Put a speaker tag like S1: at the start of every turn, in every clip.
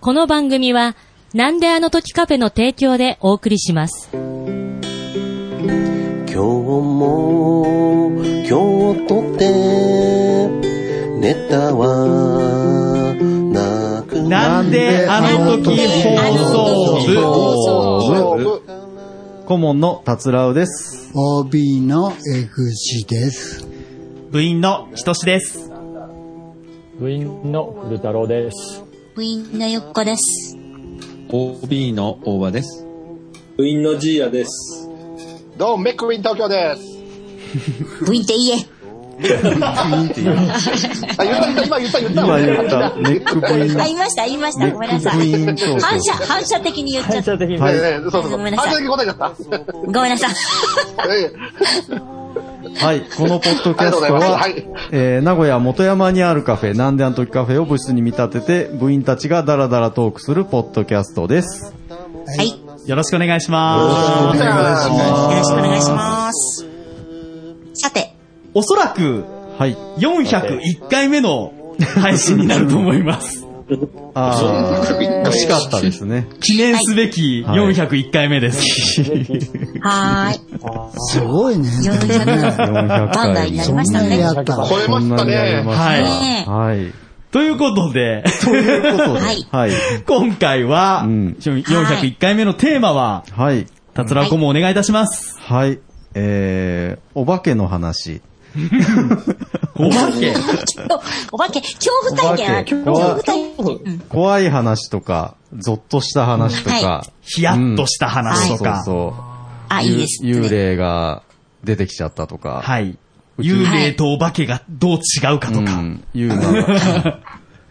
S1: この番組は、なんであの時カフェの提供でお送りします。
S2: 今日も今日とってネタはなく
S3: なんであの時放送部
S4: 放送部。
S3: 顧問の達郎です。
S4: OB の江口です。
S3: 部員のひとしです。
S5: 部員の古太郎です。
S6: 部員の横です。
S7: OB の大場です。
S8: 部員のジーヤです。
S9: どうも、メックウィン東京です。
S6: 部員って言え。
S9: あ、言った言った、今言った言った。
S3: 今言った、ネック部員
S6: あ、言いました、言いました。ごめんなさ
S3: 部
S6: い。
S3: 員長
S6: 反射、反射的に言っちゃった。
S5: 的に
S3: はい
S9: ねねそうそうそ
S6: ごめ
S9: う。
S6: んなさ
S9: 反射
S6: い
S9: 的に答えちゃった。
S6: ごめんなさい。
S9: ええ
S3: はい、このポッド
S9: あ
S3: キ
S9: りがと
S3: ャス
S9: うございます。
S3: トは
S9: は、い。
S3: えー名古屋元山にあるカフェ、なんであの時カフェを部室に見立てて、部員たちがダラダラトークするポッドキャストです。
S6: はい。よ
S3: よろしくお願いしま
S9: お願いします
S6: ろしくお願いします。さて、
S3: す。おそらく、はい。401回目の配信になると思います。 ああ、惜しかったですね。記念すべき401回目です。
S6: はーい。
S4: すごいね。
S6: 400
S3: 400
S6: 番台になり
S4: そん
S6: ました
S4: なにや
S6: ね。
S4: った。
S9: 超えましたね。
S3: はい。はい。
S10: ということで、
S6: はい。
S3: はい。
S10: 今回は、
S3: うん
S10: 401回目のテーマは、
S3: はい。
S10: たつらこもお願いいたします。
S3: はい。えー、お化けの話。
S10: お化け。
S6: お化け、恐怖体験ある。恐
S3: お化
S6: 怖
S3: け
S6: 体験。うん
S3: 怖い話とか、ゾッとした話とか、
S10: ヒヤッとした話
S3: そ
S10: と
S3: うそう
S10: か。
S3: そ
S6: あ、
S3: う。
S6: いいです。
S3: 幽幽霊が出てきちゃったとか。
S10: はい。
S3: うちに
S10: 幽霊とお化けがどう違うか
S3: う
S10: とか。
S3: ん。幽霊が、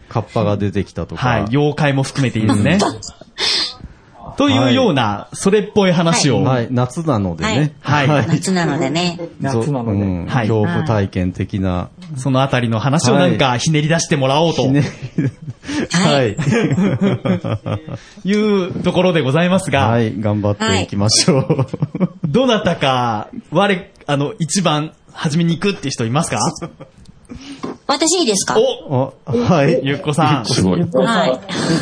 S3: カッパが出てきたとか。
S10: はい。妖怪も含めていいですね。 というような、それっぽい話を。
S3: はい、夏なのでね。
S10: はい
S6: 夏なのでね。
S3: 夏なので。うん
S10: はい
S3: 恐怖体験的な。
S10: そのあたりの話をなんかひねり出してもらおうと
S3: ね。
S6: は。
S3: はいい。
S10: いうところでございます
S3: は
S10: が、
S3: い、頑張っていきましょう。
S10: どなたか、我、あの、一番、初めに行くって人いますか
S6: 私いいですかは
S3: あ
S10: お
S3: はい。
S10: ゆっこさん。
S7: すごい。
S6: い。
S5: す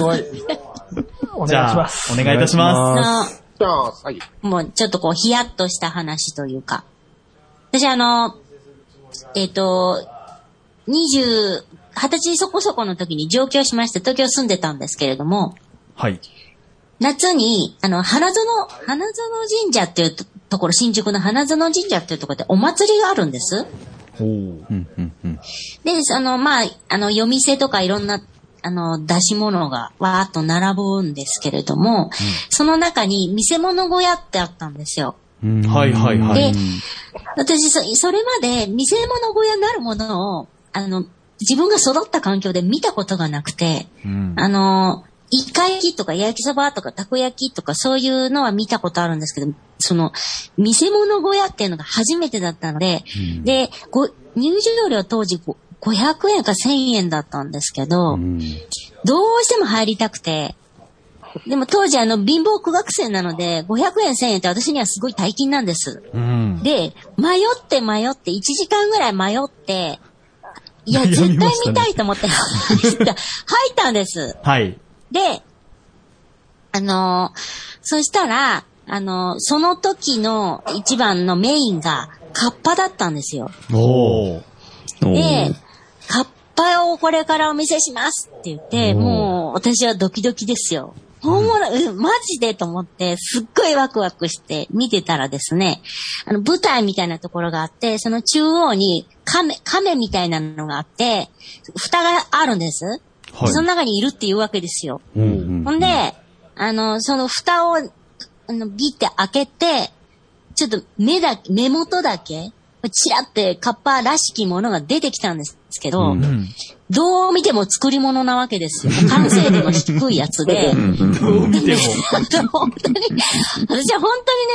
S5: ごい。お
S10: じ
S5: 願い
S10: ゃ
S5: し
S10: あ
S5: ます。、
S10: お願いいたします。
S9: じ
S6: あの
S9: ゃあ、はい。
S6: もうちょっとこう、ヒヤッとした話というか。私あの、えっ、と、20、20歳そこそこの時に上京しまして、東京住んでたんですけれども、
S10: はい。
S6: 夏に、あの、花園、花園神社っていうとところ、新宿の花園神社っていうところでお祭りがあるんです。
S3: うんうんうん
S6: で、あの、まあ、あの、夜店とかいろんな、あの、出し物がわーっと並ぶんですけれども、その中に見せ物小屋ってあったんですよ。
S3: うん
S10: はいはいはい
S6: で、私そ、それまで見せ物小屋なるものを、あの、自分が育った環境で見たことがなくて、あの、イカ焼きとか焼きそばとかたこ焼きとかそういうのは見たことあるんですけど、その、見せ物小屋っていうのが初めてだったので、で、ご入場料当時ご500円か1000円だったんですけど、
S3: うん
S6: どうしても入りたくて、でも当時あの貧乏苦学生なので、500円1000円って私にはすごい大金なんです。
S10: うん。
S6: で、迷って迷って、1時間ぐらい迷って、いや、絶対見たいと思って、入ったんです。
S10: はい。
S6: で、あのーそしたら、あのーその時の一番のメインが、カッパだったんですよ。
S10: おー。
S6: で、カッパをこれからお見せしますって言って、もう私はドキドキですよ。本物、うん、マジでと思って、すっごいワクワクして見てたらですね、あの舞台みたいなところがあって、その中央に亀、亀みたいなのがあって、蓋があるんです。
S3: はい
S6: その中にいるっていうわけですよ。
S3: うんうん
S6: ほんで、あの、その蓋を、あの、ビって開けて、ちょっと目だ、目元だけ、チラってカッパらしきものが出てきたんですけど、
S10: ん
S6: どう見ても作り物なわけですよ。完成度の低いやつで。
S10: どう見て
S6: 本当に、
S10: も。
S6: 私は本当に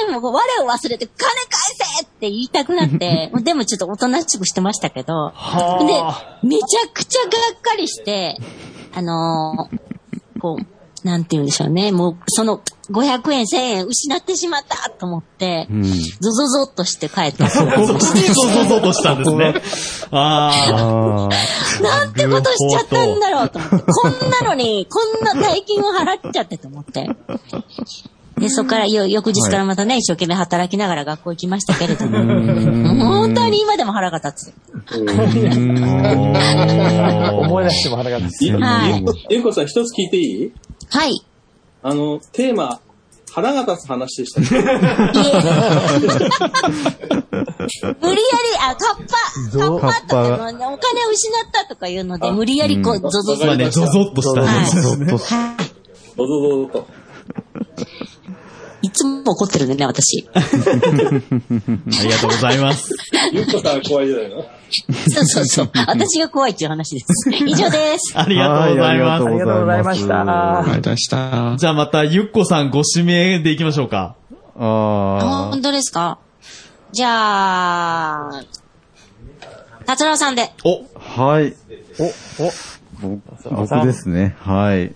S6: ね、もう我を忘れて、金返せって言いたくな って、でもちょっとおとなしくしてましたけど、
S10: は
S6: で、めちゃくちゃがっかりして、あのーこう、なんて言うんでしょうね、もう、その、 500円、1000円失ってしまったと思って、
S10: うん
S6: ゾゾゾっとして帰 ったそう
S10: ここ
S6: で
S10: に
S6: す。
S10: そうそうそうとしたんですね。ああ。
S6: なんてことしちゃったんだろうと思 って、こんなのに、こんな大金を払っちゃってと思って。で、そこからよ、翌日からまたね、一生懸命働きながら学校行きましたけれども、本当に今でも腹が立つ。
S5: 思い出しても腹が立つ。
S6: はい
S8: ゆうこさん、一つ聞いていい
S6: はい。い
S8: あの、テーマ、腹が立つ話でし たっけ
S6: え無理やり、あ、カッパ、カッパとかのお金を失ったとかいうので、無理やりこう、ゾゾゾ
S8: まあ
S6: ゾ
S8: ねゾ
S10: ゾッとした
S6: ね
S10: ね。
S8: どぞどぞと。
S6: いつも怒ってるんでね、私。
S10: ありがとうござい ます。
S8: ゆうこさんは怖いじゃないの
S6: そうそうそう。私が怖いっていう話です。以上です。
S10: ありがとうございます。
S5: ありがとうございました。
S7: ありがとうございました。
S10: じゃあまた、ゆっこさんご指名でいきましょうか。
S6: あ本当ですかじゃあ、達郎さんで。
S10: お
S3: はい。
S5: お、お、
S3: 僕ですね。はい。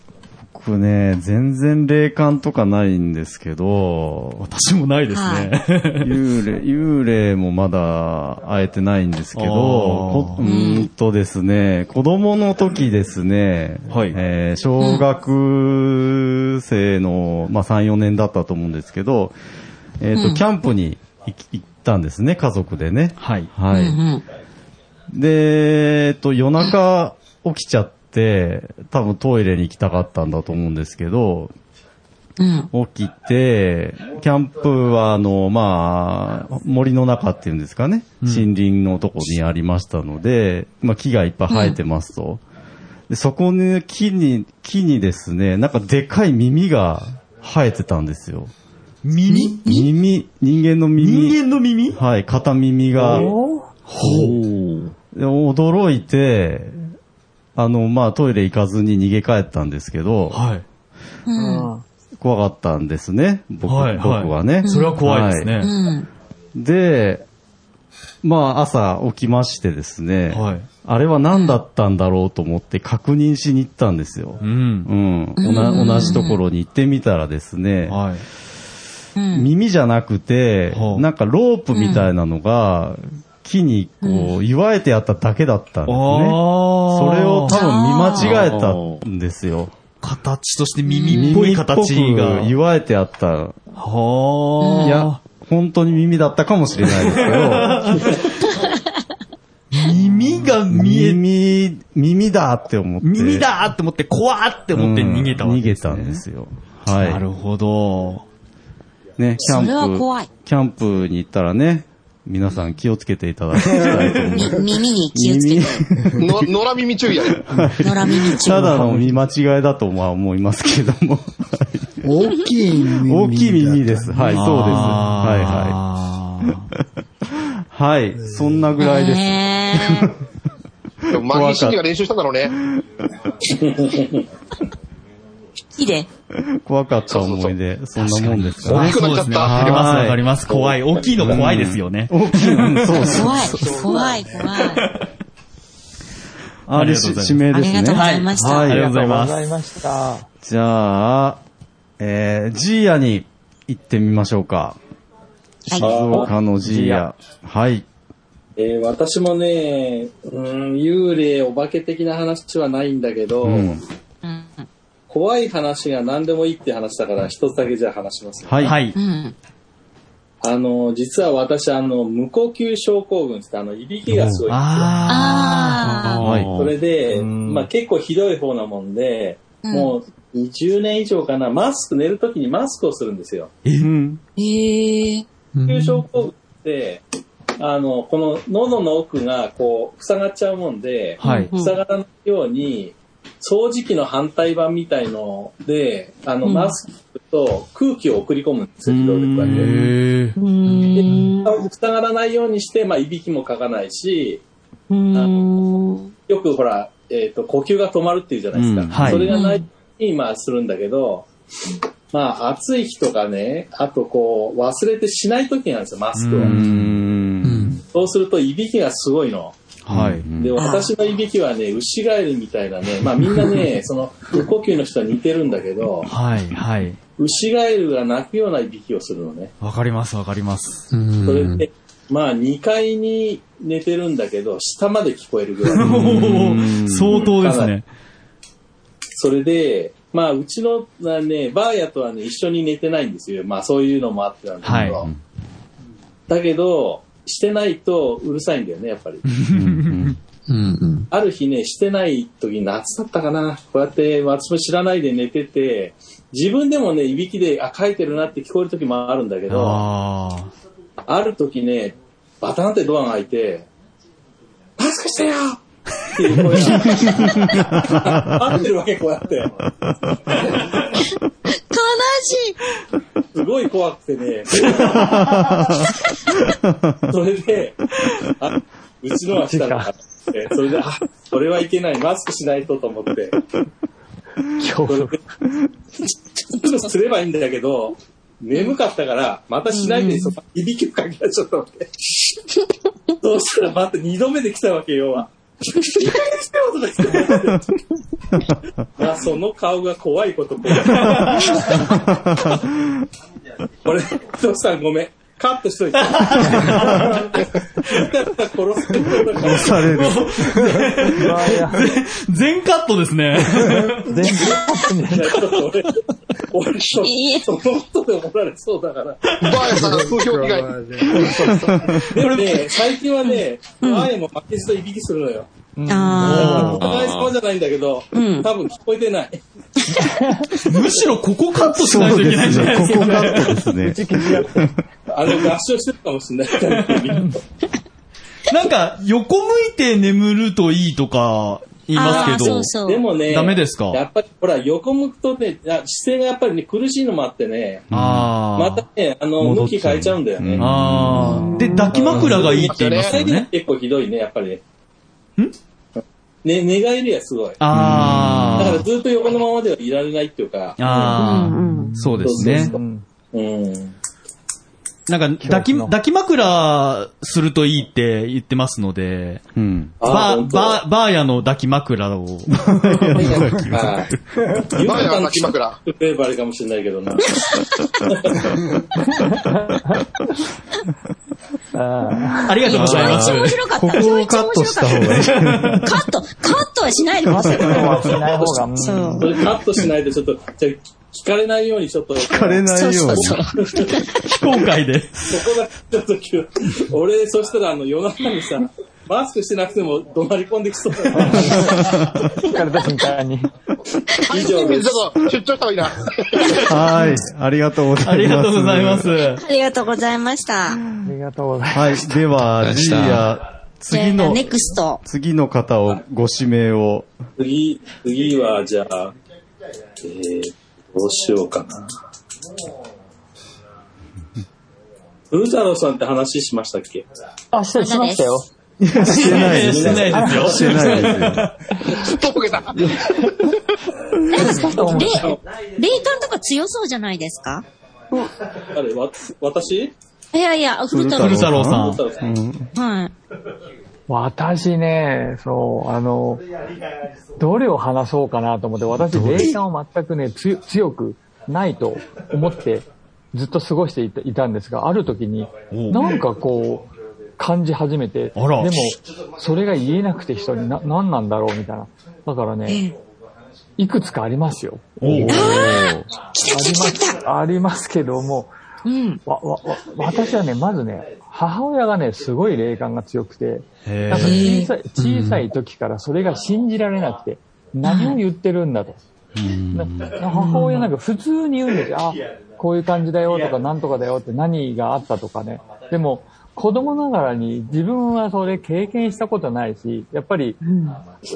S3: 僕ね、全然霊感とかないんですけど。
S10: 私もないですね。
S3: 幽 霊、幽霊もまだ会えてないんですけど、こうーんとですね、子供の時ですね、えー小学生の、まあ、3、4年だったと思うんですけど、えっ、と、
S11: うん
S3: キャンプに行き行ったんですね、家族でね。
S10: はい。
S3: はい。
S11: うん
S3: で、えっと、夜中起きちゃって、多分トイレに行きたかったんだと思うんですけど、起きて、キャンプは、あの、まあ、森の中っていうんですかね、森林のとこにありましたので、まあ、木がいっぱい生えてますと。でそこに、木に、木にですね、なんかでかい耳が生えてたんですよ。
S10: 耳
S3: 耳、人間の耳。
S10: 人間の耳
S3: はい、片耳が。で驚いて、あの、まあ、トイレ行かずに逃げ帰ったんですけど、
S11: うん。
S3: 怖かったんですね、僕,、
S11: はいはい
S3: 僕はね。
S11: それは怖いですね
S3: は
S11: うん
S3: で、まあ、朝起きましてですね、あれは何だったんだろうと思って確認しに行ったんですよ。うんおな
S11: うん
S3: 同じところに行ってみたらですね、
S11: うん
S3: 耳じゃなくて、なんかロープみたいなのが、木にこう、祝えてやっただけだったんですね。それを多分見間違えたんですよ。
S10: 形として耳っぽい形が。
S3: 言われてあった。
S10: はあ。
S3: いや、本当に耳だったかもしれないですけど。
S10: 耳が 見え
S3: 耳、耳だって思って。
S10: 耳だーって思って、怖ーって思って逃げたわけです、ね
S3: 逃げたんですよ。はい。な
S10: るほど。
S3: ね、キャンプ。
S6: それは怖い
S3: キャンプに行ったらね、皆さん気をつけていただきたいと 思います。
S6: 耳に
S3: 気をつけて。
S2: の、野良耳注意やね。
S3: ただの見間違いだとまあ思いますけども。
S4: 大きい耳。
S3: 大きい耳です。はい、そうです。
S10: は
S3: はいはい。はい、そんなぐらいです。
S2: でも、マギーシンジが練習したんだろうね。
S6: いいで。
S3: 怖かった思い出、そんなもんですか
S10: 大きくなっちゃった
S3: はい
S10: わかりますわかります怖い大きいの怖いですよね
S3: うん大きいの、そうそう。
S6: 怖い、怖い、怖い。
S3: あれ、し指名
S6: あ
S3: ですね。
S6: りがとうございました。
S3: はい、
S5: ありがとうございました。
S3: じゃあ、えー、ジーヤに行ってみましょうか。
S8: はい
S3: 静岡のジーヤ。はい。
S8: えー私もね、うん、幽霊、お化け的な話はないんだけど、
S3: うん
S8: 怖い話が何でもいいって話だから、一つだけじゃあ話します、
S3: はい。
S10: はい。
S8: あの、実は私、あの、無呼吸症候群っつって、あの、いびきがすごいんですよ。
S11: はい
S8: それで、まあ結構ひどい方なもんで、
S11: うん
S8: もう20年以上かな、マスク、寝るときにマスクをするんですよ。
S10: え
S6: え
S8: 無呼吸症候群って、あの、この喉の奥がこう、塞がっちゃうもんで、
S11: はい
S8: 塞がらないように、掃除機の反対版みたいので、あの、マスクと空気を送り込むんですよ、ひどい具合で。で塞がらないようにして、まあ、いびきもかかないし、よくほら、えっ、と、呼吸が止まるっていうじゃないですか。
S11: うんはい
S8: それがないに、まあ、するんだけど、まあ、暑い日とかね、あとこう、忘れてしない時なんですよ、マスクを。そうすると、いびきがすごいの。
S3: はい。
S8: で、私のいびきはね、牛 ガエルみたいなね、まあみんなね、その、無呼吸の人は似てるんだけど、
S10: はい、はい。
S8: 牛ガエルが鳴くようないびきをするのね。
S10: わかります、わかります。
S8: それで、まあ2階に寝てるんだけど、下まで聞こえるぐらい。
S10: 相当ですね。
S8: それで、まあうちのね、バーヤとはね、一緒に寝てないんですよ。まあそういうのもあってなんだけど。はい、だけど、してないとうるさいんだよね、やっぱり。ある日ね、してない時、夏だったかな。こうやって私も知らないで寝てて、自分でもね、いびきで、あ、書いてるなって聞こえる時もあるんだけど、ある時ね、バタンってドアが開いて、マスクしてよっていう声 が、合ってるわけ、こうやって。
S6: 悲し
S8: いすごい怖くてね。それで、あ、うちのは来たのかって、それで、あ、それはいけない、マスクしないとと思って。今日。すればいいんだけど、眠かったから、またしないで、そいびきをかけられちゃったので。そうしたら、また二度目で来たわけよ、は。 まあ、その顔が怖いこと怖い。これ、トシさんごめん。カットしといて。 殺
S10: される。 全カットで すね。全カットみたいな。
S8: 俺、俺、そのことで怒られそうだから。
S2: バーエさん、風評被害。
S8: でもね、最近はね、バーエも負けじといびきするのよ。ああ。お互い様じゃないんだけど、多分聞こえてない。
S10: むしろここカットしないといけないじゃないですか。ここカットです
S8: ね。あれ合唱してるかもしれない。
S10: なんか、横向いて眠るといいとか言いますけど、そう
S8: そうでもね、
S10: ダメですか
S8: やっぱり、ほら、横向くとね、姿勢がやっぱりね、苦しいのもあってね、あまたね、あの、向き変えちゃうんだよね。
S10: ああ。で、抱き枕がいいって言いますよね。
S8: 結構ひどいね、やっぱり。んね、寝返りはすごい。
S10: あ
S8: あ。だからずっと横のままではいられないっていうか。
S10: ああ。そうですね。うん。なんか抱き、抱き枕するといいって言ってますので、うん、バー、バー、バーヤの抱き枕を。バーヤ
S2: の抱き枕。 バーヤの抱き枕。
S8: 例えばあれかもしれないけどな。
S10: ありがとうございます。
S6: 面白かった。
S3: ここをカットした方がいい。
S6: カット、カットはしないでください。カットは
S5: しない方 が。
S8: そう。カットしないでちょっと、聞かれないようにちょっと。
S3: 聞かれないように。そう
S10: そうそう非公開で。
S8: そこがちょっと急、俺、そしたらあの夜中にさ、マスクしてなくても怒鳴り込んできそうだな。
S5: 聞かれた瞬間に。
S2: 以上です。ちょっと出張した方がいいな。
S3: はい。ありがとうございます。あ
S10: りがとうございます。
S6: ありがとうございました。あ
S5: りがとうございま
S3: した。はい。では、ジーヤ。次の、
S6: ネクスト。
S3: 次の方を、ご指名を。
S8: 次、次は、じゃあ、えー、どうしようかな。古太郎さんって話しましたっけ
S5: あ、そう、しましたよ。
S3: いや、してないです。して
S10: ないですよ。
S3: してない
S2: ですよ。とぼけた。
S6: なんか、霊感とか強そうじゃないですか
S8: あれ、わ、私
S6: いやいや、
S10: 古太郎さ
S6: 古
S10: ん。
S6: 太郎さん。はい。
S5: 私ね、そう、あの、どれを話そうかなと思って、私、霊感を全くね、強くないと思って、ずっと過ごしていたんですが、ある時に、なんかこう、感じ始めて、でも、それが言えなくて人にな、何なんだろうみたいな。だからね、いくつかありますよ。
S6: おお。来た来た来た来
S5: たありますけども、うん、わわわ私はね、まずね、母親がね、すごい霊感が強くて、なんか小さい小さい時からそれが信じられなくて、うん、何を言ってるんだと。うん、母親なんか普通に言うんですよ。あ、こういう感じだよとか、なんとかだよって何があったとかね。でも、子供ながらに自分はそれ経験したことないし、やっぱり、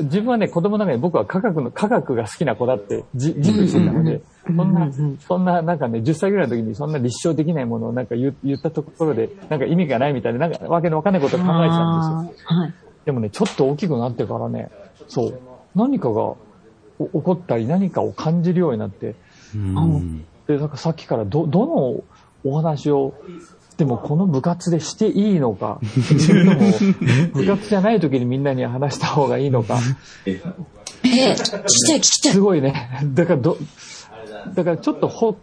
S5: 自分はね、子供ながらに僕は科学の、科学が好きな子だって自負してたので、そんな、そんななんかね、10歳ぐらいの時にそんな立証できないものをなんか言ったところで、なんか意味がないみたいな、なんかわけのわかんないことを考えてたんですよ。はい、でもね、ちょっと大きくなってからね、そう、何かが起こったり何かを感じるようになって、で、なんかさっきからど、どのお話をでもこの部活でしていいのか、部活じゃない時にみんなに話した方がいいのか。
S6: え、聞きたい聞きたい。
S5: すごいね。だからど、だからちょっとほ、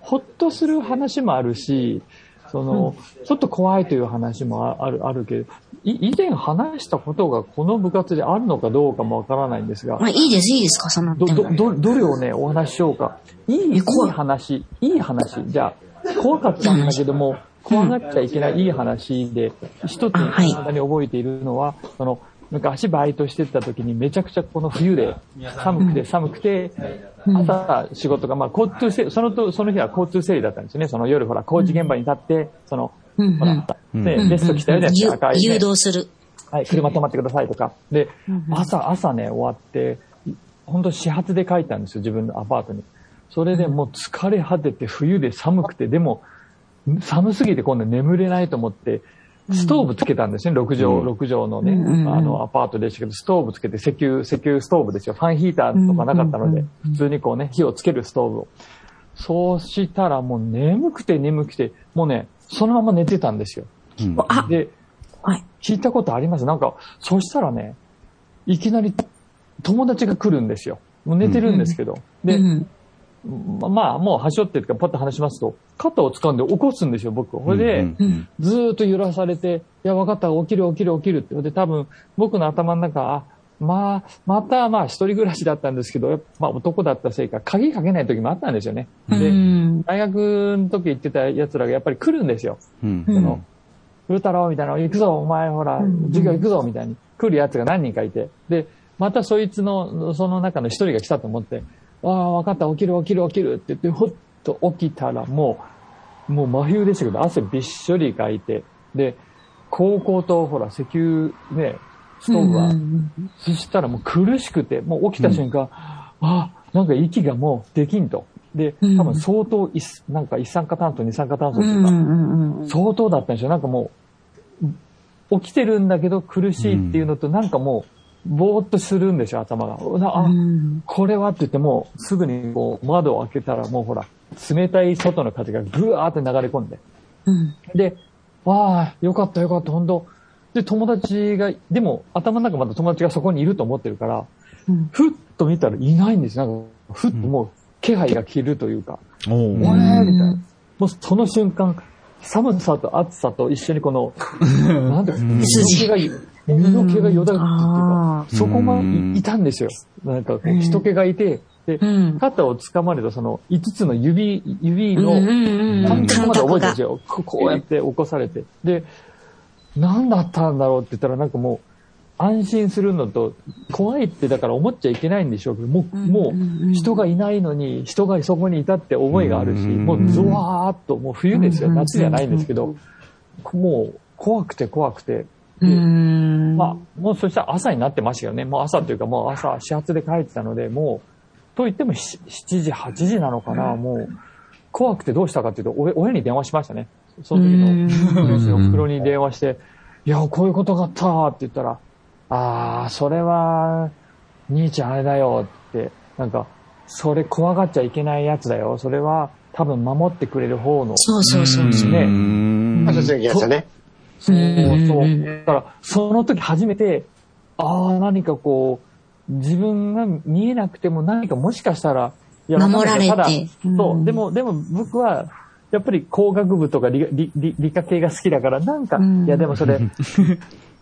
S5: ほっとする話もあるし、その、ちょっと怖いという話もある、あるけど、以前話したことがこの部活であるのかどうかもわからないんですが。
S6: まあ、いいです、いいですか、その
S5: ど、ど、ど、どれをね、お話ししようか。いい、いい話、いい話。じゃあ、怖かったんだけども、怖がっちゃいけないいい話で、一つ、体に覚えているのは、その、昔バイトしてた時にめちゃくちゃこの冬で寒くて寒くて、朝仕事が、まあ交通整理、そのと、その日は交通整理だったんですよね。その夜ほら工事現場に立って、その、ほら、ね、ベスト着たよね、
S6: 赤い、誘導する。
S5: はい、車止まってくださいとか。で、朝、朝ね、終わって、本当始発で帰ったんですよ、自分のアパートに。それでもう疲れ果てて冬で寒くて、でも寒すぎて今度眠れないと思って、ストーブつけたんですね、6畳、6畳のね、あの、アパートでしたけど、ストーブつけて、石油、石油ストーブですよ。ファンヒーターとかなかったので、普通にこうね、火をつけるストーブを。そうしたらもう眠くて眠くて、もうね、そのまま寝てたんですよ。で、聞いたことありますなんか、そしたらね、いきなり友達が来るんですよ。もう寝てるんですけど。で、まあ、もう端折ってるからパッと話しますと、肩を掴んで起こすんですよ、僕。これで、ずっと揺らされて、いや、分かった、起きる、起きる、起きるって。で、多分、僕の頭の中、あ、まあ、また、まあ、一人暮らしだったんですけど、まあ、男だったせいか、鍵かけない時もあったんですよね。で、大学の時行ってた奴らがやっぱり来るんですよ。うん、その、うるたろうみたいな、行くぞ、お前、ほら、授業行くぞ、みたいに。来る奴が何人かいて。で、またそいつの、その中の一人が来たと思って、ああ、わかった、起きる、起きる、起きるって言って、ほっと起きたらもう、もう真冬でしたけど、汗びっしょりかいて、で、高校とほら、石油ね、ストーブは、そしたらもう苦しくて、もう起きた瞬間、うん、ああ、なんか息がもうできんと。で、多分相当い、なんか一酸化炭素、二酸化炭素というか、相当だったんでしょ。なんかもう、起きてるんだけど苦しいっていうのと、なんかもう、ぼーっとするんですよ、頭が。あ、これはって言っても、すぐにこう窓を開けたらもうほら、冷たい外の風がぐわーって流れ込んで。うん、で、わあ、よかったよかった、本当で、友達が、でも頭の中まだ友達がそこにいると思ってるから、うん、ふっと見たらいないんですなんか、ふっともう気配が消えるというか、うん、おえみたいな。もうその瞬間、寒さと暑さと一緒にこ の、なんていうんですか、身の毛がよだぐっていうか、そこまでいたんですよ。なんかこう、人気がいて、で、肩を掴まれたその5つの指、指の感覚まで覚えてるんですよ。こうやって起こされて。で、何だったんだろうって言ったらなんかもう、安心するのと、怖いってだから思っちゃいけないんでしょうけど、もう、もう人がいないのに、人がそこにいたって思いがあるし、もうゾワーっと、もう冬ですよ。夏じゃないんですけど、もう怖くて怖くて、まあ、もうそしたら朝になってましたよね。もう朝というかもう朝、始発で帰ってたので、もう、と言っても7時、8時なのかな、もう、怖くてどうしたかっていうと、俺、親に電話しましたね。その時の、うちの袋に電話して、いや、こういうことがあったって言ったら、ああ、それは、兄ちゃんあれだよって、なんか、それ怖がっちゃいけないやつだよ。それは、多分守ってくれる方の。
S6: そうそうそうそう。ね。
S2: 私のやつだね。
S5: そうそう。だから、その時初めて、ああ、何かこう、自分が見えなくても何かもしかしたら、
S6: いや守られて。ただ、
S5: そう。でも、でも僕は、やっぱり工学部とか理理理理科系が好きだから、なんか、いやでもそ れ、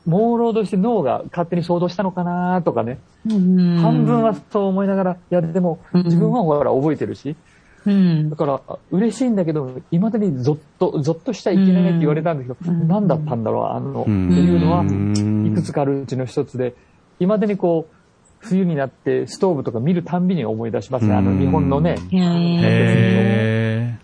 S5: 朦朧として脳が勝手に想像したのかなとかね。半分はそう思いながら、いやでも自分はほら覚えてるし、うん、だから、嬉しいんだけど、いまだにゾッと、ゾッとしちゃいけないって言われたんですけど、うん、何だったんだろう、あの、っていうのは、いくつかあるうちの一つで、いまだにこう、冬になってストーブとか見るたんびに思い出しますね、あの日本のね。へ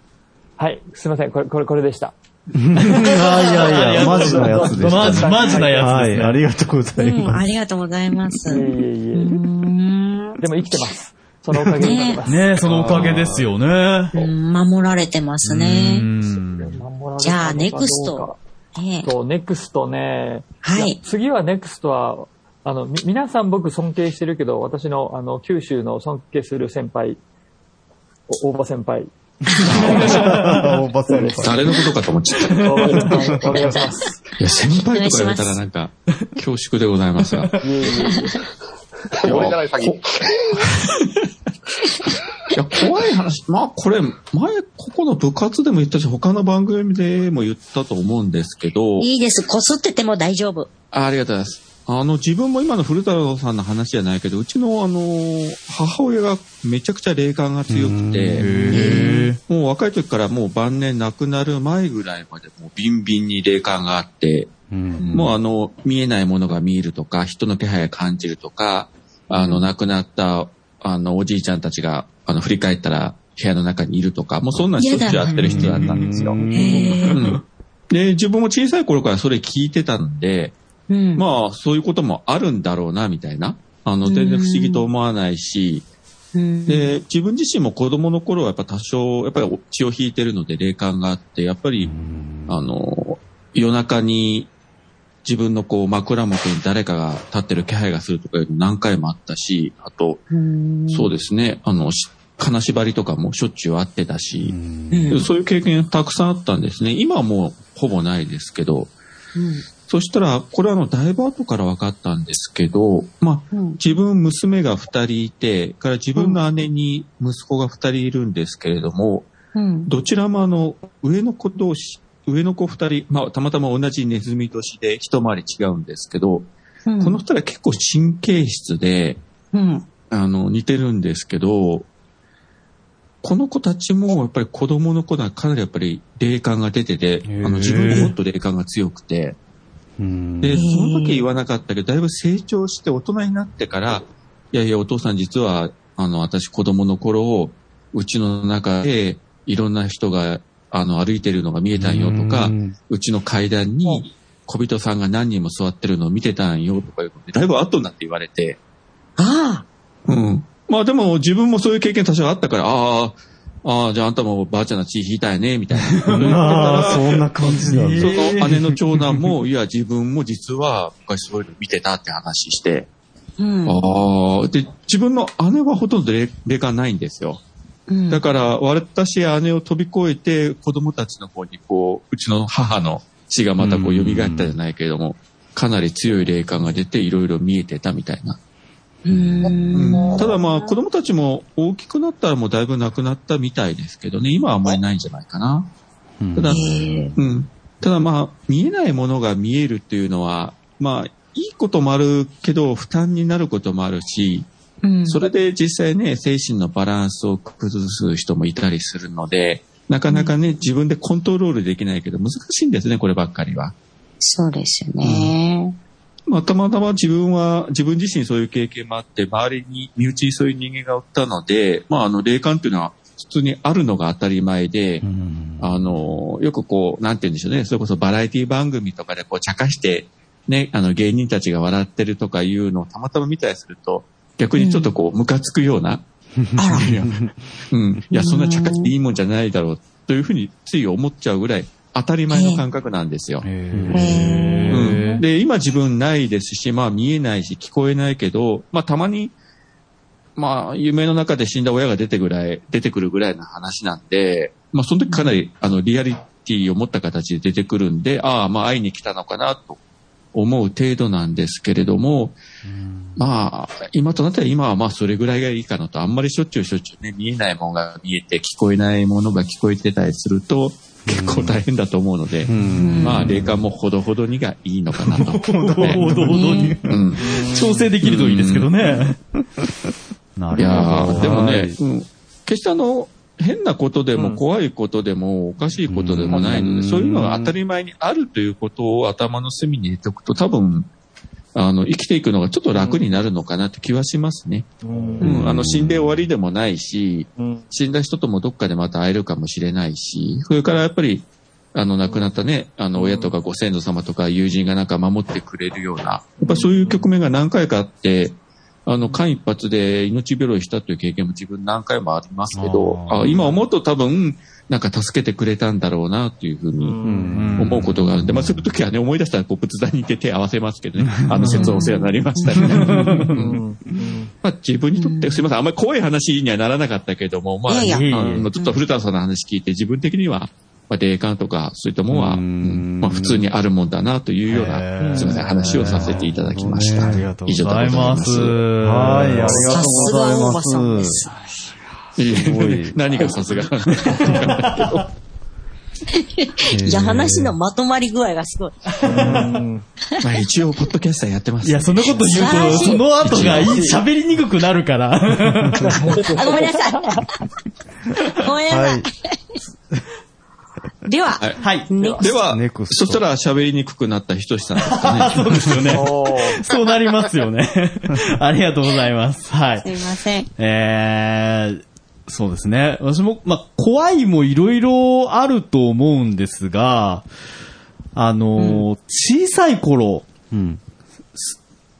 S5: はい、すいません、これ、これ、これでした。
S3: いやいやいや、マジなやつです、
S10: マジ、マジなやつで
S3: は
S10: す、ね、
S3: い、ありがとうございます。うん、
S6: ありがとうございます。
S5: いえいえいえ。でも生きてます。そのおかげね
S10: ねそのおかげですよね。
S6: 守られてますね。じゃあ、ネクスト。
S5: そう、ネクストね。
S6: はい。
S5: 次はネクストは、あの、み、皆さん僕尊敬してるけど、私の、あの、九州の尊敬する先輩、大場先輩。
S3: 大場先輩。
S7: 誰のことかと思っちゃった。
S5: お願いします。
S7: いや、先輩とか言われたらなんか、恐縮でございますが。
S2: 俺じゃない、先。
S7: や、怖い話。まあ、これ、前、ここの部活でも言ったし、他の番組でも言ったと思うんですけど。
S6: いいです。こすってても大丈夫。
S7: あありがとうございます。あの、自分も今の古太郎さんの話じゃないけど、うちの、あの、母親がめちゃくちゃ霊感が強くて、もう若い時からもう晩年亡くなる前ぐらいまで、もうビンビンに霊感があって、もうあの、見えないものが見えるとか、人の気配を感じるとか、あの、亡くなった、あの、おじいちゃんたちが、あの、振り返ったら、部屋の中にいるとか、もうそんなしょっちゅうやってる人だったんですよ。うん、で、自分も小さい頃からそれ聞いてたんで、うん、まあ、そういうこともあるんだろうな、みたいな。あの、全然不思議と思わないし、うん、で、自分自身も子供の頃はやっぱ多少、やっぱり血を引いてるので霊感があって、やっぱり、あの、夜中に自分のこう枕元に誰かが立ってる気配がするとかいうの何回もあったし、あと、そうですね、あの、金縛りとかもしょっちゅうあってたし、うそういう経験たくさんあったんですね。今はもうほぼないですけど、うん、そしたら、これはあの、だいぶ後から分かったんですけど、まあ、うん、自分娘が2人いて、から自分の姉に息子が2人いるんですけれども、うん、どちらもあの、上の子同士上の子二人、まあ、たまたま同じネズミ年で一回り違うんですけど、うん、この二人は結構神経質で、うん、あの、似てるんですけど、この子たちもやっぱり子供の子だかなりやっぱり霊感が出てて、あの自分ももっと霊感が強くて、で、その時言わなかったけど、だいぶ成長して大人になってから、いやいやお父さん実は、あの、私子供の頃を、うちの中でいろんな人があの、歩いてるのが見えたんよとか、うちの階段に小人さんが何人も座ってるのを見てたんよとかいうことで、だいぶ後になって言われて。
S6: あ
S7: あうん。まあでも自分もそういう経験多少あったから、ああ、ああ、じゃああんたもばあちゃんの血引いたいね、みたいな。
S10: ああ、そんな感じなん
S7: だ。その姉の長男も、い や自分も実は昔そういうの見てたって話して。うん、ああ、で、自分の姉はほとんど霊感ないんですよ。だから、私や姉を飛び越えて、子供たちの方に、こう、うちの母の血がまたこう、蘇ったじゃないけれども、かなり強い霊感が出て、いろいろ見えてたみたいな。うんただまあ、子供たちも大きくなったらもうだいぶなくなったみたいですけどね、今はあんまりないんじゃないかな。ただ、うん。ただまあ、見えないものが見えるっていうのは、まあ、いいこともあるけど、負担になることもあるし、うん、それで実際ね、精神のバランスを崩す人もいたりするので、なかなかね、うん、自分でコントロールできないけど、難しいんですね、こればっかりは。
S6: そうですよね。
S7: うん、まあ、たまたま自分は、自分自身そういう経験もあって、周りに、身内にそういう人間がおったので、まあ、あの、霊感っていうのは、普通にあるのが当たり前で、あの、よくこう、なんて言うんでしょうね、それこそバラエティ番組とかでこう、茶化して、ね、あの、芸人たちが笑ってるとかいうのをたまたま見たりすると、逆にちょっとこう、ムカつくような、うん、うん、いや、そんなちゃかっていいもんじゃないだろう、というふうについ思っちゃうぐらい、当たり前の感覚なんですよ。えー、うん、で、今自分ないですし、まあ見えないし、聞こえないけど、まあたまに、まあ、夢の中で死んだ親が出てぐらい、出てくるぐらいの話なんで、まあその時かなり、あの、リアリティを持った形で出てくるんで、ああ、まあ会いに来たのかな、と思う程度なんですけれども、まあ、今となっては今はまあそれぐらいがいいかなと、あんまりしょっちゅうしょっちゅうね、見えないものが見えて、聞こえないものが聞こえてたりすると、結構大変だと思うので、まあ、霊感もほどほどにがいいの かなと。
S10: ほどほどに。うん、調整できるといいですけどね。
S7: なるほど。でもね、うん、決してあの、変なことでも怖いことでもおかしいことでもないので、うん、そういうのが当たり前にあるということを頭の隅に入れておくと多分、あの、生きていくのがちょっと楽になるのかなって気はしますね。うん、うん、あの、死んで終わりでもないし、うん、死んだ人ともどっかでまた会えるかもしれないし、それからやっぱり、あの、亡くなったね、あの、親とかご先祖様とか友人がなんか守ってくれるような、やっぱそういう局面が何回かあって、あの、間一髪で命拾いしたという経験も自分何回もありますけど、あ今思うと多分、なんか助けてくれたんだろうな、というふうに思うことがあるんで、まあ、そういう時はね、思い出したら、こう、仏壇に行って手合わせますけどね、あの、説お世話になりましたみたいな。まあ、自分にとって、すいません、あんまり怖い話にはならなかったけれども、まあ、いやいやあのちょっと古田さんの話聞いて、自分的には、まあ、霊感とか、そういったものは、まあ、普通にあるもんだな、というような、すみません、話をさせていただきました。
S10: ありがとうございます。
S3: はい、ありがとうございます。
S7: いい 何がさすが。
S6: いや、話のまとまり具合がすごい。
S7: まあ一応、ポッドキャスターやってます、
S10: いや、そんなこと言う と、その後が喋りにくくなるから。
S6: あ、ごめんなさい。ごめんなさい。では、
S7: はい。では、そしたら喋りにくくなったひとしさんですか
S10: ね。そうですよね。そうなりますよ ね。ありがとうございます。はい。
S6: すいません。
S10: えー、そうですね。私も、まあ、怖いもいろいろあると思うんですが、あの、うん、小さい頃、うん、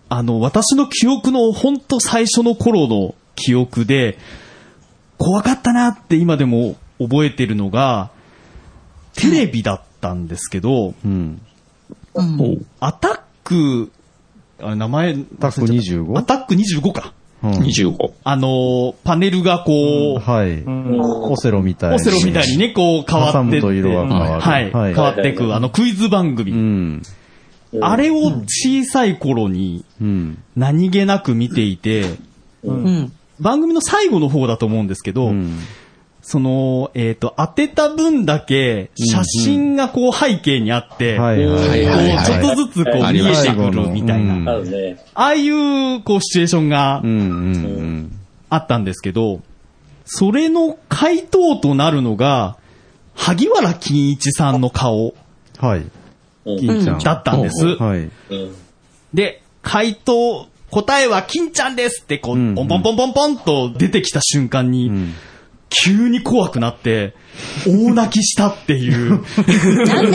S10: あの、私の記憶のほんと最初の頃の記憶で、怖かったなって今でも覚えてるのが、テレビだったんですけど、うん、アタック、あれ名前、ア
S3: タック 25?
S10: アタック25か。
S7: うん、25。
S10: あのー、パネルがこ
S3: う、うん、はい、うん、オセロみたい
S10: に。オセロみたいにね、こう変わってって。
S3: 色が変わる、
S10: はい、はい、変わっていく、あの、クイズ番組。あれを小さい頃に、何気なく見ていて、番組の最後の方だと思うんですけど、その、えっ、ー、と、当てた分だけ、写真がこう背景にあって、ちょっとずつこう見えてくるみたいな、あ,うん、ああいうこうシチュエーションがあったんですけど、それの回答となるのが、萩原欽一さんの顔。
S3: はい。
S10: だったんです。はい。で、回答、答えは金ちゃんですってこう、ポ、うん、ンポンポンポンポンと出てきた瞬間に、うん急に怖くなって、大泣きしたっていう。
S6: なんで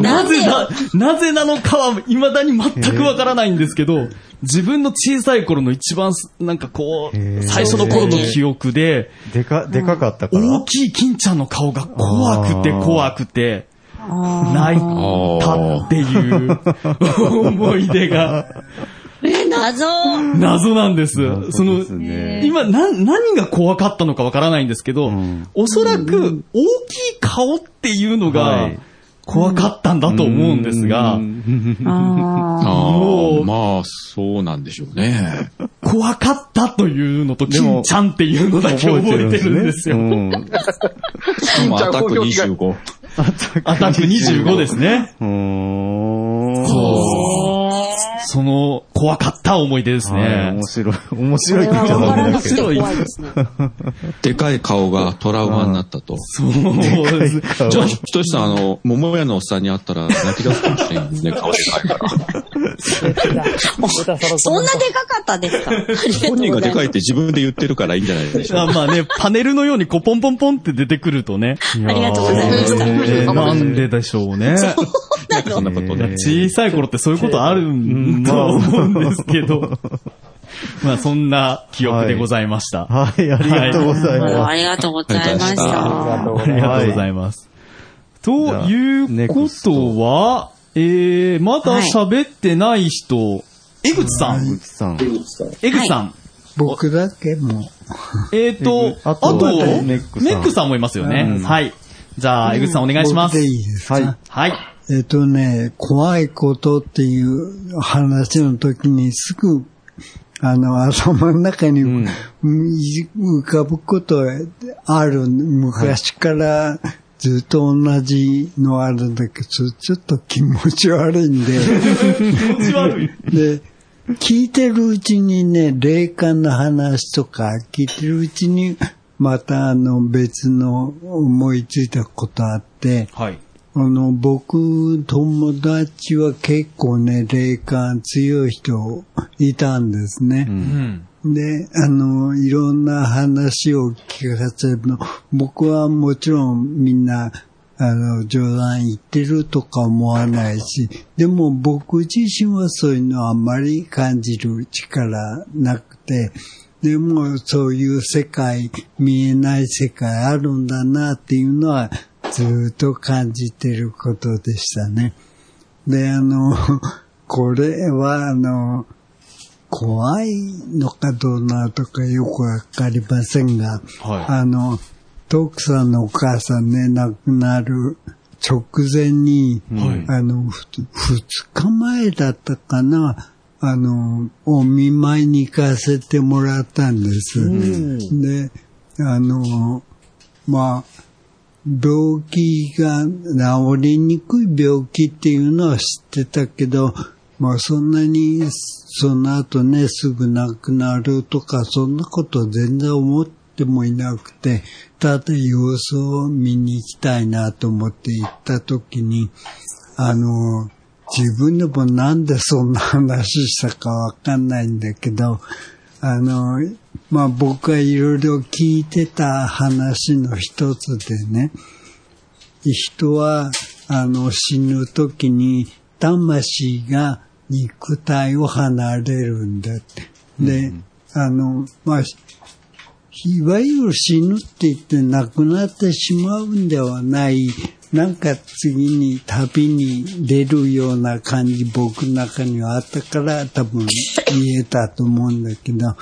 S10: なぜな、なぜなのかは未だに全くわからないんですけど、自分の小さい頃の一番、なんかこう、最初の頃の記憶で、。
S3: でか、でかかったから
S10: 大きい金ちゃんの顔が怖くて怖くて、泣いたっていう思い出が。
S6: え、謎
S10: 謎なんです。ですね、その、今、な、何が怖かったのかわからないんですけど、うん、おそらく、大きい顔っていうのが、怖かったんだと思うんですが、
S7: もう、まあ、そうなんでしょうね。
S10: 怖かったというのと、金ちゃんっていうのだけ覚えてるんですよ。
S7: しかもアタック25。
S10: アタック25ですね。そう。その、怖かった思い出ですね。
S3: 面白い。面白いって言
S6: 面白いですね。。
S7: でかい顔がトラウマになったと。。
S10: そうです
S7: ちょ、ひとしさん、あの、桃屋のおっさんに会ったら泣き出すかもしれないですね、顔でかいから
S6: そんなでかかったですか
S7: 本人がでかいって自分で言ってるからいいんじゃないでしょうか。
S10: まあね、パネルのようにこう、ポンポンポンって出てくるとね。
S6: ありがとうございました。
S10: えー、なんででしょうね。
S7: そんなことね。
S10: 小さい頃ってそういうことあるんと思うんですけど。まあそんな記憶でございました。
S3: はい、ありがとうございます。
S6: ありがとうございました。
S10: ありがとうございます。ということは、えー、まだ喋ってない人、江口さん。江口
S3: さん。
S10: 江口さん。
S4: 僕だけも。
S10: えっと、あと、メックさんもいますよね。はい。じゃあ、江口さんお願いします。
S4: いいです
S10: はい。はい。
S4: えっとね、怖いことっていう話の時にすぐ、あの、頭の中に、うん、浮かぶことある、昔からずっと同じのあるんだけど、ちょっと気持ち悪いんで。
S10: 気持ち悪い
S4: で聞いてるうちにね、 霊感の話とか、聞いてるうちに、またあの別の思いついたことあって、
S10: はい、
S4: あの僕、友達は結構ね、霊感強い人いたんですね。うんで、あの、いろんな話を聞かせるの、僕はもちろんみんな、あの、冗談言ってるとか思わないし、でも僕自身はそういうのはあまり感じる力なくて、でもそういう世界、見えない世界あるんだなっていうのはずっと感じてることでしたね。で、あの、 これはあの、怖いのかどうなとかよくわかりませんが、はい、あの、トークさんのお母さんね、亡くなる直前に、はい、あの、二日前だったかな、あの、お見舞いに行かせてもらったんです。うん、で、あの、まあ、病気が治りにくい病気っていうのは知ってたけど、まあそんなに、その後ね、すぐ亡くなるとか、そんなこと全然思ってもいなくて、ただ様子を見に行きたいなと思って行った時に、あの、自分でもなんでそんな話したかわかんないんだけど、あの、まあ僕がいろいろ聞いてた話の一つでね、人は、あの、死ぬ時に魂が肉体を離れるんだって。で、うん、あの、まあ、いわゆる死ぬって言って亡くなってしまうんではない、なんか次に旅に出るような感じ、僕の中にはあったから多分言えたと思うんだけど、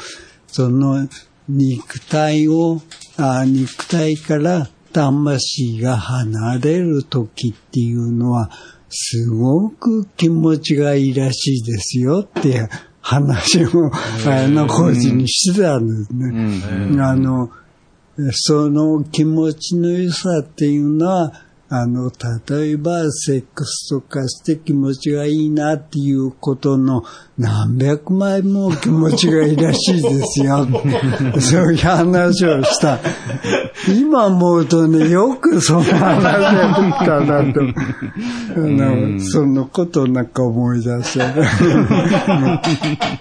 S4: その肉体を、あ肉体から魂が離れる時っていうのは、すごく気持ちがいいらしいですよって話を、あの、コーチにしてたんですね。あの、その気持ちの良さっていうのは、あの、例えば、セックスとかして気持ちがいいなっていうことの何百枚も気持ちがいいらしいですよ。 そういう話をした。今思うとね、よくそんな話ができたなと。あの、そのことなんか思い出して。
S10: あ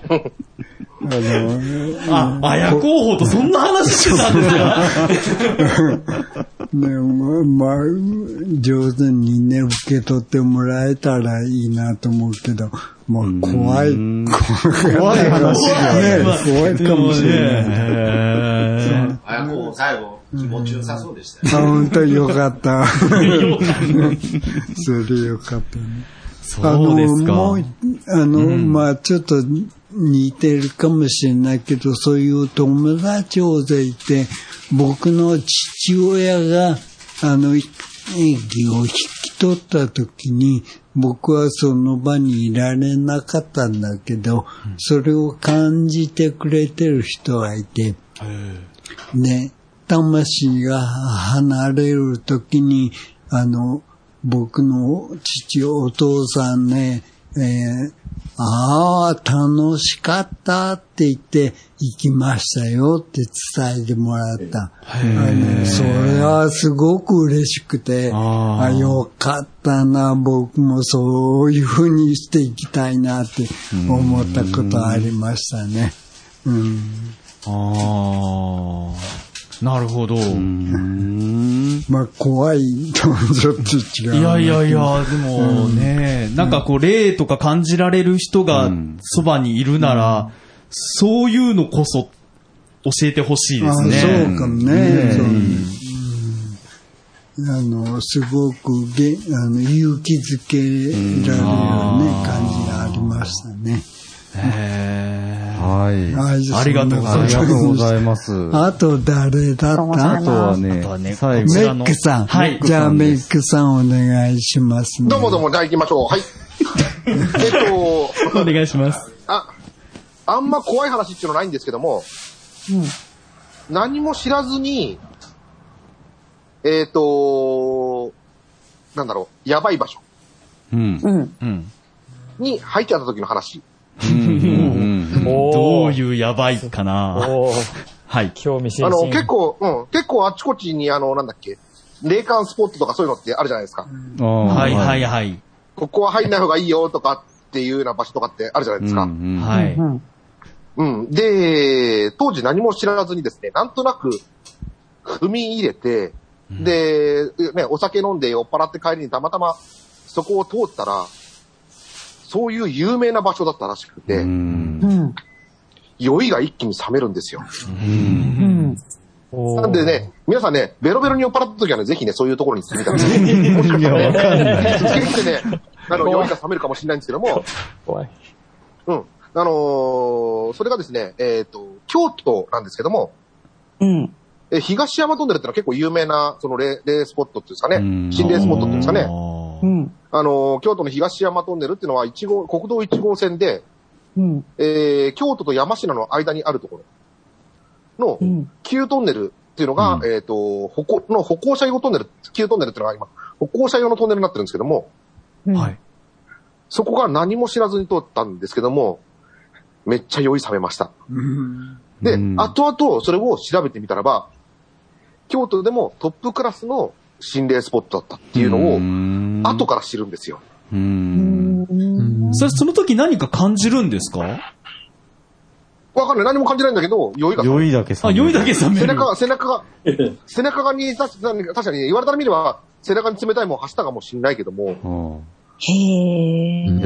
S10: の、あ、あや候補とそんな話してたんです
S4: か ね、まあ、上手にね、受け取ってもらえたらいいなと思うけど、もう怖い、怖い話
S12: だね。怖いかもしれない。あや候補最後、気持ちよさそうでした
S4: よ、ね。本当 によかった。それよかったね。
S10: そうですか。
S4: あの、もう、あの、まあちょっと、似てるかもしれないけど、そういう友達大勢いて、僕の父親が、あの、演技を引き取った時に、僕はその場にいられなかったんだけど、それを感じてくれてる人がいて、ね、魂が離れる時に、あの、僕の父、お父さんね、えーああ、楽しかったって言って、行きましたよって伝えてもらった。それはすごく嬉しくて、あよかったな、僕もそういうふうにしていきたいなって思ったことありましたね。うん、
S10: ああ、なるほど。
S4: まあ、怖いと、ちょっと違う。
S10: いやいやいや、でもね、なんかこう、霊とか感じられる人がそばにいるなら、そういうのこそ教えてほしいですね。
S4: そうかもね。あの、すごくげあの勇気づけられるよね、感じがありましたね。
S3: はい。
S10: ありがとうございます。
S3: ありがとうございます。
S4: あと誰だった
S3: あとはね、
S4: 最後。メックさん。はい。じゃあメックさんお願いします、
S2: どうもどうも、じゃあ行きましょう。 はい。えっ
S10: と、お願いします。
S2: あ、あんま怖い話っていうのないんですけども、うん。何も知らずに、えっ、と、なんだろう、やばい場所。
S3: うん。うん。
S2: に入っちゃった時の話。
S10: どういうやばいかな。はい。
S5: 興味津
S2: 々。あの、結構、うん、結構あちこちに、あの、なんだっけ、霊感スポットとかそういうのってあるじゃないですか。
S10: はいはいはい。
S2: ここは入んない方がいいよとかっていうような場所とかってあるじゃないですか。
S10: はい。
S2: うん。で、当時何も知らずにですね、なんとなく踏み入れて、で、ね、お酒飲んで酔っ払って帰りにたまたまそこを通ったら、そういう有名な場所だったらしくて、うん、酔いが一気に冷めるんですよ。なんでね、皆さんね、ベロベロに酔っ払った時はね、ぜひね、そういうところに行ってみたら、 もしかしたら ね、結局ね、あの、酔いが冷めるかもしれないんですけども、
S5: 怖い。
S2: うん。あのー、それがですね、えっ、ー、と、京都なんですけども、
S5: うん。
S2: え東山トンネルってのは結構有名な、その霊、霊スポットっていうんですかね、心霊スポットっていうんですかね、
S5: うん、
S2: あの、京都の東山トンネルっていうのは、1号、国道1号線で、うん、えー、京都と山科の間にあるところの、旧トンネルっていうのが、うん、えっ、ー、と、歩行、の歩行者用トンネル、旧トンネルっていうのが今、歩行者用のトンネルになってるんですけども、
S10: はい。。
S2: そこが何も知らずに通ったんですけども、めっちゃ酔い冷めました。うん、で、後々それを調べてみたらば、京都でもトップクラスの心霊スポットだったっていうのを、後から知るんですよ。うん
S10: それ、その時何か感じるんですか
S2: わかんない。何も感じないんだけど、酔いが。
S3: 酔いだけ
S10: 冷める。あ、酔いだけ冷める。
S2: 背中が、背中が、背中がに、確かに言われたら見れば、背中に冷たいもん走ったかもしれないけども、
S6: へ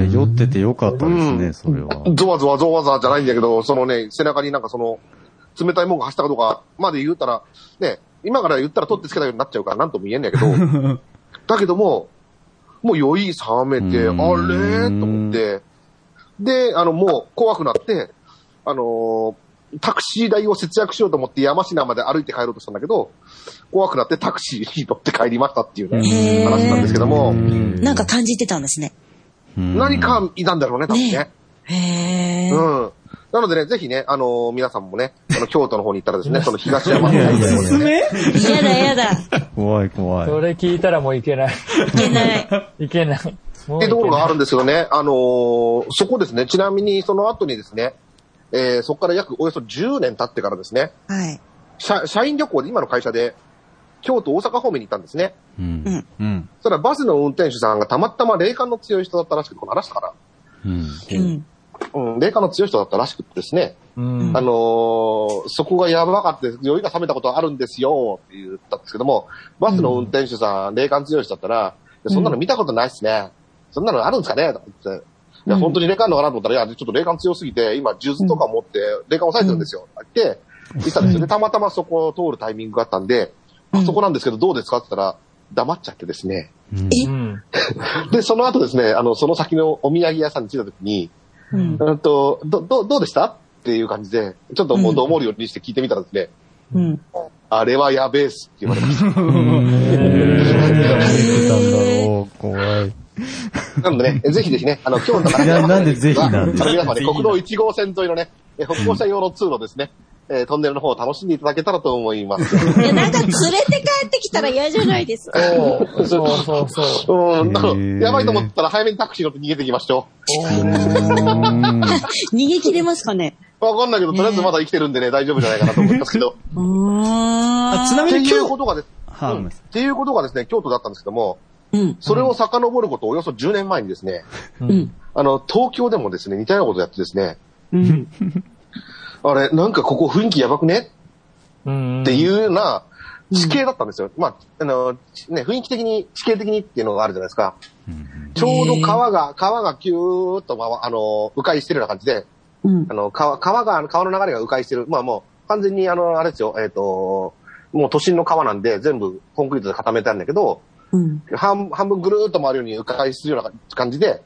S6: え。
S3: 酔っててよかったですね、うん、それは。
S2: ゾワゾワゾワゾワじゃないんだけど、そのね、背中になんかその、冷たいもんが走ったかどうかまで言ったら、ね、今から言ったら取ってつけたようになっちゃうから、なんとも言えんやけど、だけども、もう酔い冷めて、あれと思って、で、あの、もう怖くなって、あのー、タクシー代を節約しようと思って山科まで歩いて帰ろうとしたんだけど、怖くなってタクシーに乗って帰りましたっていうね、話なんですけども。
S6: なんか感じてたんですね。
S2: 何かいたんだろうね、多分ね。
S6: ねへ
S2: うん。なのでね、ぜひね、あのー、皆さんもね、あの、京都の方に行ったらですね、その東山の方に、ね。
S10: おすすめ
S6: やだやだ。
S3: 怖い怖い。
S5: それ聞いたらもう行けない。
S6: 行けない。
S5: 行けない。って
S2: いうところがあるんですけどね、あのー、そこですね、ちなみにその後にですね、えー、そこから約およそ10年経ってからですね、
S6: はい、
S2: 社社員旅行で今の会社で、京都、大阪方面に行ったんですね。
S3: うん。うん。
S2: そしたらバスの運転手さんがたまたま霊感の強い人だったらしくて、この話から。
S3: うん。うん
S2: うん、霊感の強い人だったらしくてですね、うん、あのー、そこがやばかったです、酔いが冷めたことあるんですよって言ったんですけども、バスの運転手さん、うん、霊感強い人だったら、そんなの見たことないっすね。そんなのあるんですかねとか言って。いや、本当に霊感のかなと思ったら、いや、ちょっと霊感強すぎて、今、数珠とか持って、霊感抑えてるんですよ。って言って、言ったんですよね。たまたまそこを通るタイミングがあったんで、あそこなんですけど、どうですかって言ったら、黙っちゃってですね。で、その後ですね、あの、その先のお土産屋さんに着いた時に、うん、とどどどうでしたっていう感じで、ちょっともうどう思うようにして聞いてみたらですね、
S6: うん、
S2: あれはやべえっすって言われました。
S3: 怖い。。
S2: なのでね、ぜひぜひね、あの、京都から
S3: なんでぜひなんで
S2: 皆様ね、国道1号線沿いのね、歩行者用の通路ですね。えー、トンネルの方を楽しんでいただけたらと思いま す。。
S6: いや、なんか連れて帰ってきたら嫌じゃないですか。
S5: そうそうそう
S2: うん、やばいと思ったら早めにタクシー乗って逃げてきましょう。
S6: 逃げ切れますかね
S2: わかんないけど、とりあえずまだ生きてるんでね、大丈夫じゃないかなと思いますけど。
S6: あ
S10: ちなみに
S2: 今日。ことがです、はあうん、っていうことがですね、京都だったんですけども、
S6: うん、
S2: それを遡ることおよそ10年前にですね、
S6: うん、
S2: あの、東京でもですね、似たようなことやってですね、
S6: うん、
S2: あれ、なんかここ雰囲気やばくねっていうような地形だったんですよ。まあ、あの、ね、雰囲気的に、地形的にっていうのがあるじゃないですか。ちょうど川が、川がキューっと、まあ、あの、迂回してるような感じで、あの川、川が、川の流れが迂回してる。まあもう、完全にあの、あれですよ、えっ、ー、と、もう都心の川なんで全部コンクリートで固めてあるんだけど、
S6: うん、
S2: 半半分ぐるーっと回るように迂回するような感じで、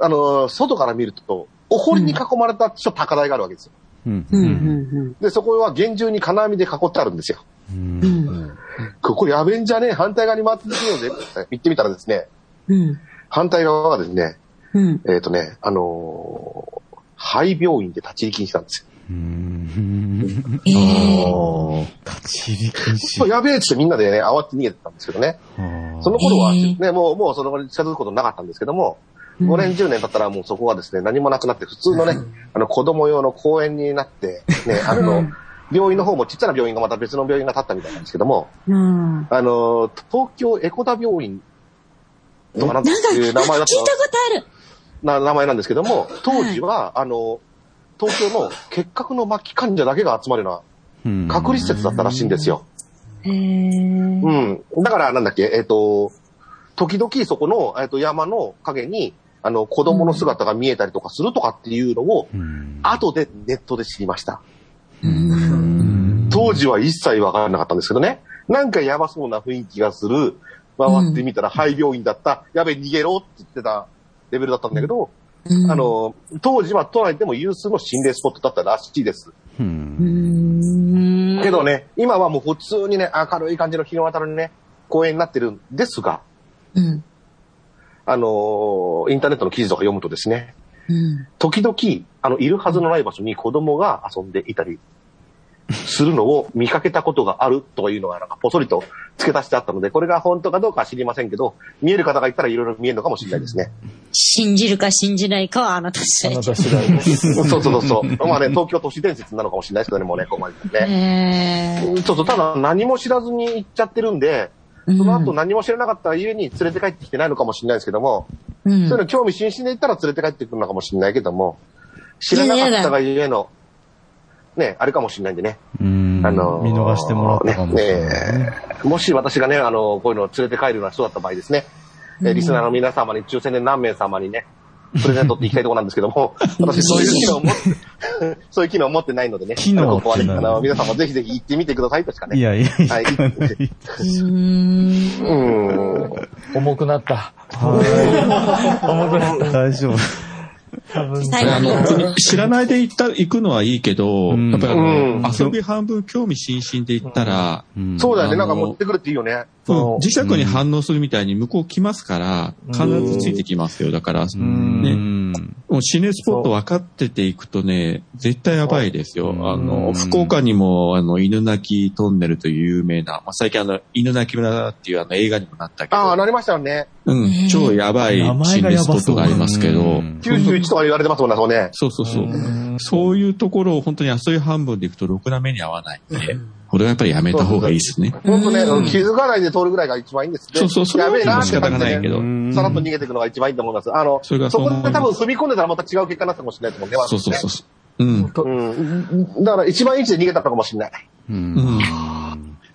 S2: あのー、外から見ると、お堀に囲まれたちょっと高台があるわけですよ。
S3: うん
S6: うん、
S2: で、そこは厳重に金網で囲ってあるんですよ。ここやべんじゃねえ、反対側に回ってくるよぜ、行ってみたらですね、反対側がですね、えっ、ー、とね、あのー、廃病院で立ち入り禁止なんですよ。
S3: うん
S6: え
S3: ー、立ち入り禁止。
S2: やべえってみんなでね、慌てて逃げてたんですけどね。その頃は、ね、えー、もう、もうその後に近づくことなかったんですけども、5年、10年経ったらもうそこはですね、何もなくなって、普通のね、あの子供用の公園になって、ね、あの、病院の方もちっちゃな病院がまた別の病院が建ったみたいなんですけども、
S6: あの、
S2: 東京エコダ病院とかなんていう名前だった。聞い
S6: たことある
S2: な名前なんですけども、当時は、はい、あの、東京の結核の末期患者だけが集まるような隔離施設だったらしいんですよ。。
S6: へうん、
S2: だからなんだっけ、えっ、ー、と、時々そこの、えーと、と山の陰に、あの、子供の姿が見えたりとかするとかっていうのを、後でネットで知りました。当時は一切わからなかったんですけどね。なんかやばそうな雰囲気がする。回ってみたら廃病院だった。やべ、逃げろって言ってたレベルだったんだけど、あの、当時は都内でも有数の心霊スポットだったらしいです。
S3: うん
S2: けどね、今はもう普通にね、明るい感じの日の当たるね、公園になってるんですが、
S6: うん、
S2: あの、インターネットの記事とか読むとですね、時々、あの、いるはずのない場所に子供が遊んでいたりするのを見かけたことがあるというのが、なんかぽそりと付け足してあったので、これが本当かどうかは知りませんけど、見える方がいたらいろいろ見えるのかもしれないですね。
S6: 信じるか信じないかはあなた次第。あなた次
S2: 第です。そうそうそう。まあね、東京都市伝説なのかもしれないですけどね、もうね、ここまでね。そうそう、ただ何も知らずに行っちゃってるんで、その後何も知らなかった家に連れて帰ってきてないのかもしれないですけども、うん、そういうの興味津々で行ったら連れて帰ってくるのかもしれないけども、知らなかったがゆえの、ね、あれかもしれないんでね。
S3: あのー、見逃してもらったかもしれない
S2: ね、ね、もし私がね、あのー、こういうのを連れて帰るような人だった場合ですね、えー、リスナーの皆様に、抽選で何名様にね、プレゼントっていきたいところなんですけ ども、私そういう機能を持って、 そういう機能を持ってないのでね、
S3: 機能
S2: こはね、あの、皆さんもぜひぜひ行ってみてくださいとしかね。
S3: いやいや
S2: はい、
S6: うん。
S5: 重くなった。
S3: 重くなった。大丈夫。
S7: あの知らないで行った行くのはいいけど、うん、やっぱり、うん、遊び半分興味津々で行ったら、
S2: うん、そうだよね、なんか持ってくるっていいよね。
S7: 磁石に反応するみたいに向こう来ますから、必ずついてきますよ。だから、ね、もう死ねスポット分かってていくとね、絶対やばいですよ。あの、福岡にも、あの、犬鳴きトンネルという有名な、まあ、最近あの、犬鳴き村っていうあの映画にもなったけど。
S2: ああ、なりましたよね。
S7: うん、超やばい心霊スポットがありますけど。
S2: 91とか言われてますもんね、そうね。
S7: そうそうそう。そういうところを本当に遊び半分でいくとろくな目に合わないんで。これはやっぱりやめた方がいいですね。
S2: 本当ね、気づかないで通るぐらいが一番いいんですけ
S7: ど。そうそう、
S2: やべえな
S7: 仕方がないけど。
S2: さらっと逃げていくのが一番いいと思います。あの、そこで多分踏み込んでたらまた違う結果になったかもしれないと思うね。。
S7: そうそうそう
S2: うん。だから一番いい位置で逃げたかもしれない。うん。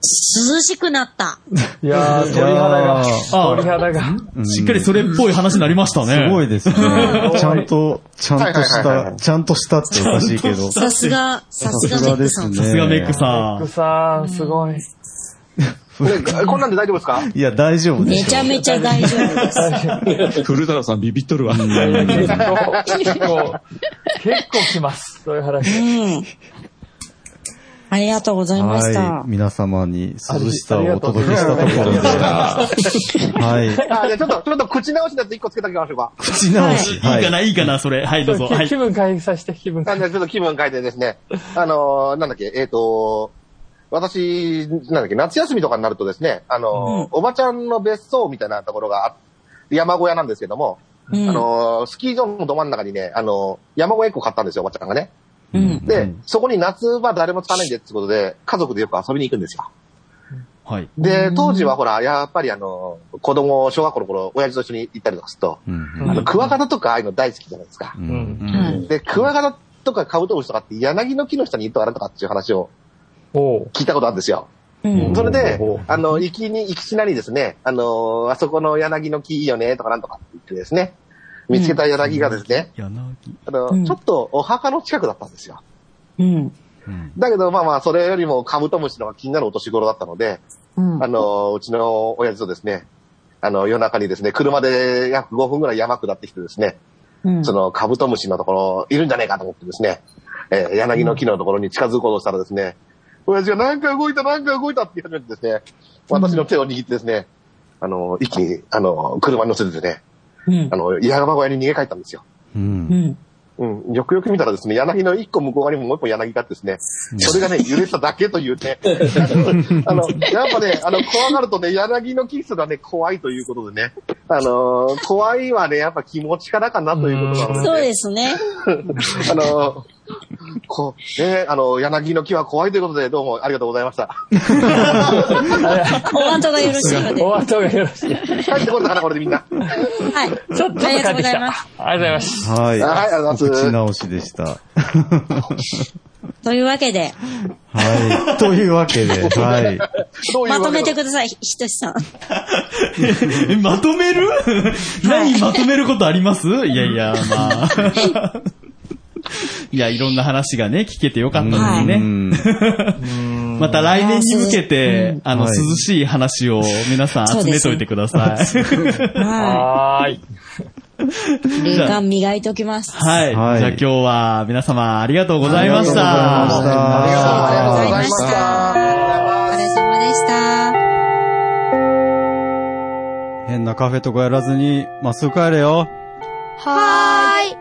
S6: 涼しくなった。
S5: いやー、鳥肌が、鳥肌が。
S10: しっかりそれっぽい話になりましたね。
S3: すごいですね。ちゃんと、ちゃんとした、ちゃんとしたっておかしいけど。
S6: さすが、さすが。
S10: ですね。さすがメックさ
S5: ん。メックさん、すごい。
S2: こんなんで大丈夫ですか
S3: いや、大丈夫で
S6: め
S3: す。
S6: ちゃめちゃ大丈夫です。
S7: 古太さんビビっとるわ。結
S5: 構、結構来ます。そういう話。
S6: ありがとうございました。はい
S3: 皆様に涼しさをお届けしたところでは。はい。
S2: あ、じゃちょっと、ちょっと口直しだって一個つけておきましょうか。
S10: 口直 し。い、いかな、いいかな、それ。はい、どうぞ。
S5: 気分変えさせて、気分
S2: 変え。じゃちょっと気分変えてですね。あの、なんだっけ、えっ、と、私、なんだっけ、夏休みとかになるとですね、あの、おばちゃんの別荘みたいなところが、山小屋なんですけども、あの、スキー場のど真ん中にね、あの、山小屋1個買ったんですよ、おばちゃんがね。うん、で、そこに夏は誰も使わないんでってことで、家族でよく遊びに行くんですよ。
S10: はい。
S2: で、当時はほら、やっぱりあの、子供、小学校の頃、親父と一緒に行ったりとかすると、あの、クワガタとかああいうの大好きじゃないですか。で、クワガタとかカブトムシとかって柳の木の下にいるとあれとかっていう話を聞いたことあるんですよ。それで、あの、行きに、行きしなにですね、あの、あそこの柳の木いいよね、とかなんとかって言ってですね、見つけた柳がですね、うん、あの、うん、ちょっとお墓の近くだったんですよ。
S6: うん。
S2: だけど、まあまあ、それよりもカブトムシの方が気になるお年頃だったので、うん、あの、うちの親父とですね、あの、夜中にですね、車で約5分ぐらい山下ってきてですね、そのカブトムシのところ、いるんじゃねえかと思ってですね、えー、柳の木のところに近づこうとしたらですね、親父がなんか動いた、なんか動いたって言い始めてですね、私の手を握ってですね、あの、一気に、あの、車に乗せてですね、うん、あの、山小屋に逃げ帰ったんですよ。
S3: うん。
S2: うん。よくよく見たらですね、柳の一個向こう側にももう一個柳があってですね、それがね、揺れただけというね、あの、やっぱね、あの、怖がるとね、柳のキスがね、怖いということでね、あの、怖いはね、やっぱ気持ちからかなということなので、
S6: ね、そうですね。
S2: あの、こう、えー、あの、柳の木は怖いということで、どうもありがとうございました。
S6: お後がよろしいので。
S5: お後がよろしい。
S2: 帰ってこれたかな、これでみんな。
S6: はい。
S5: ちょっと帰ってきた。ありがとうございます。はい。
S2: はい、ありがとうございます。口
S3: 直しでした。
S6: というわけで。
S3: はい。 というわけで、はい。
S6: まとめてください、ひとしさ
S10: ん。まとめる何まとめることありますいやいや、ま あ。いや、いろんな話がね、聞けてよかったですね。また来年に向けて、あの、涼しい話を皆さん集めといてください。
S5: はい。
S6: 霊感磨いときます。。
S10: はい。じゃあ今日は皆様ありがとうございました
S6: ありがとうございました。お疲れ様でした。
S3: 変なカフェとかやらずに、まっすぐ帰れよ。
S6: はーい。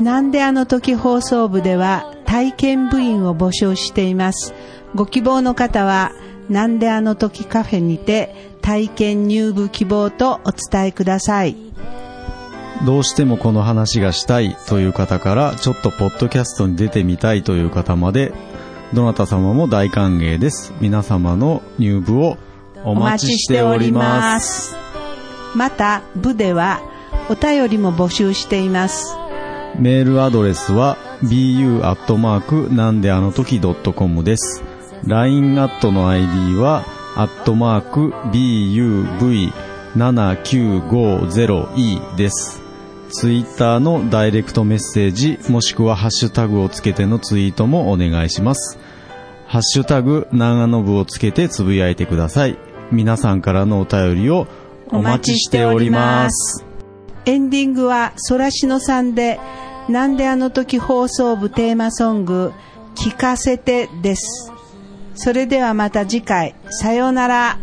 S13: なんであの時放送部では体験部員を募集しています。ご希望の方は、なんであの時カフェにて体験入部希望とお伝えください。
S3: どうしてもこの話がしたいという方から、ちょっとポッドキャストに出てみたいという方まで、どなた様も大歓迎です。皆様の入部をお待ちしております。
S13: す。また、部ではお便りも募集しています。
S3: メールアドレスは bu アットマークなんであの時 .com です。LINE アットの ID はアットマーク buv7950e です。ツイッターのダイレクトメッセージもしくはハッシュタグをつけてのツイートもお願いします。ハッシュタグ長野部をつけてつぶやいてください。皆さんからのお便りをお待ちしております。
S13: エンディングはソラシノさんで、なんであの時放送部テーマソング、聞かせてです。それではまた次回、さようなら。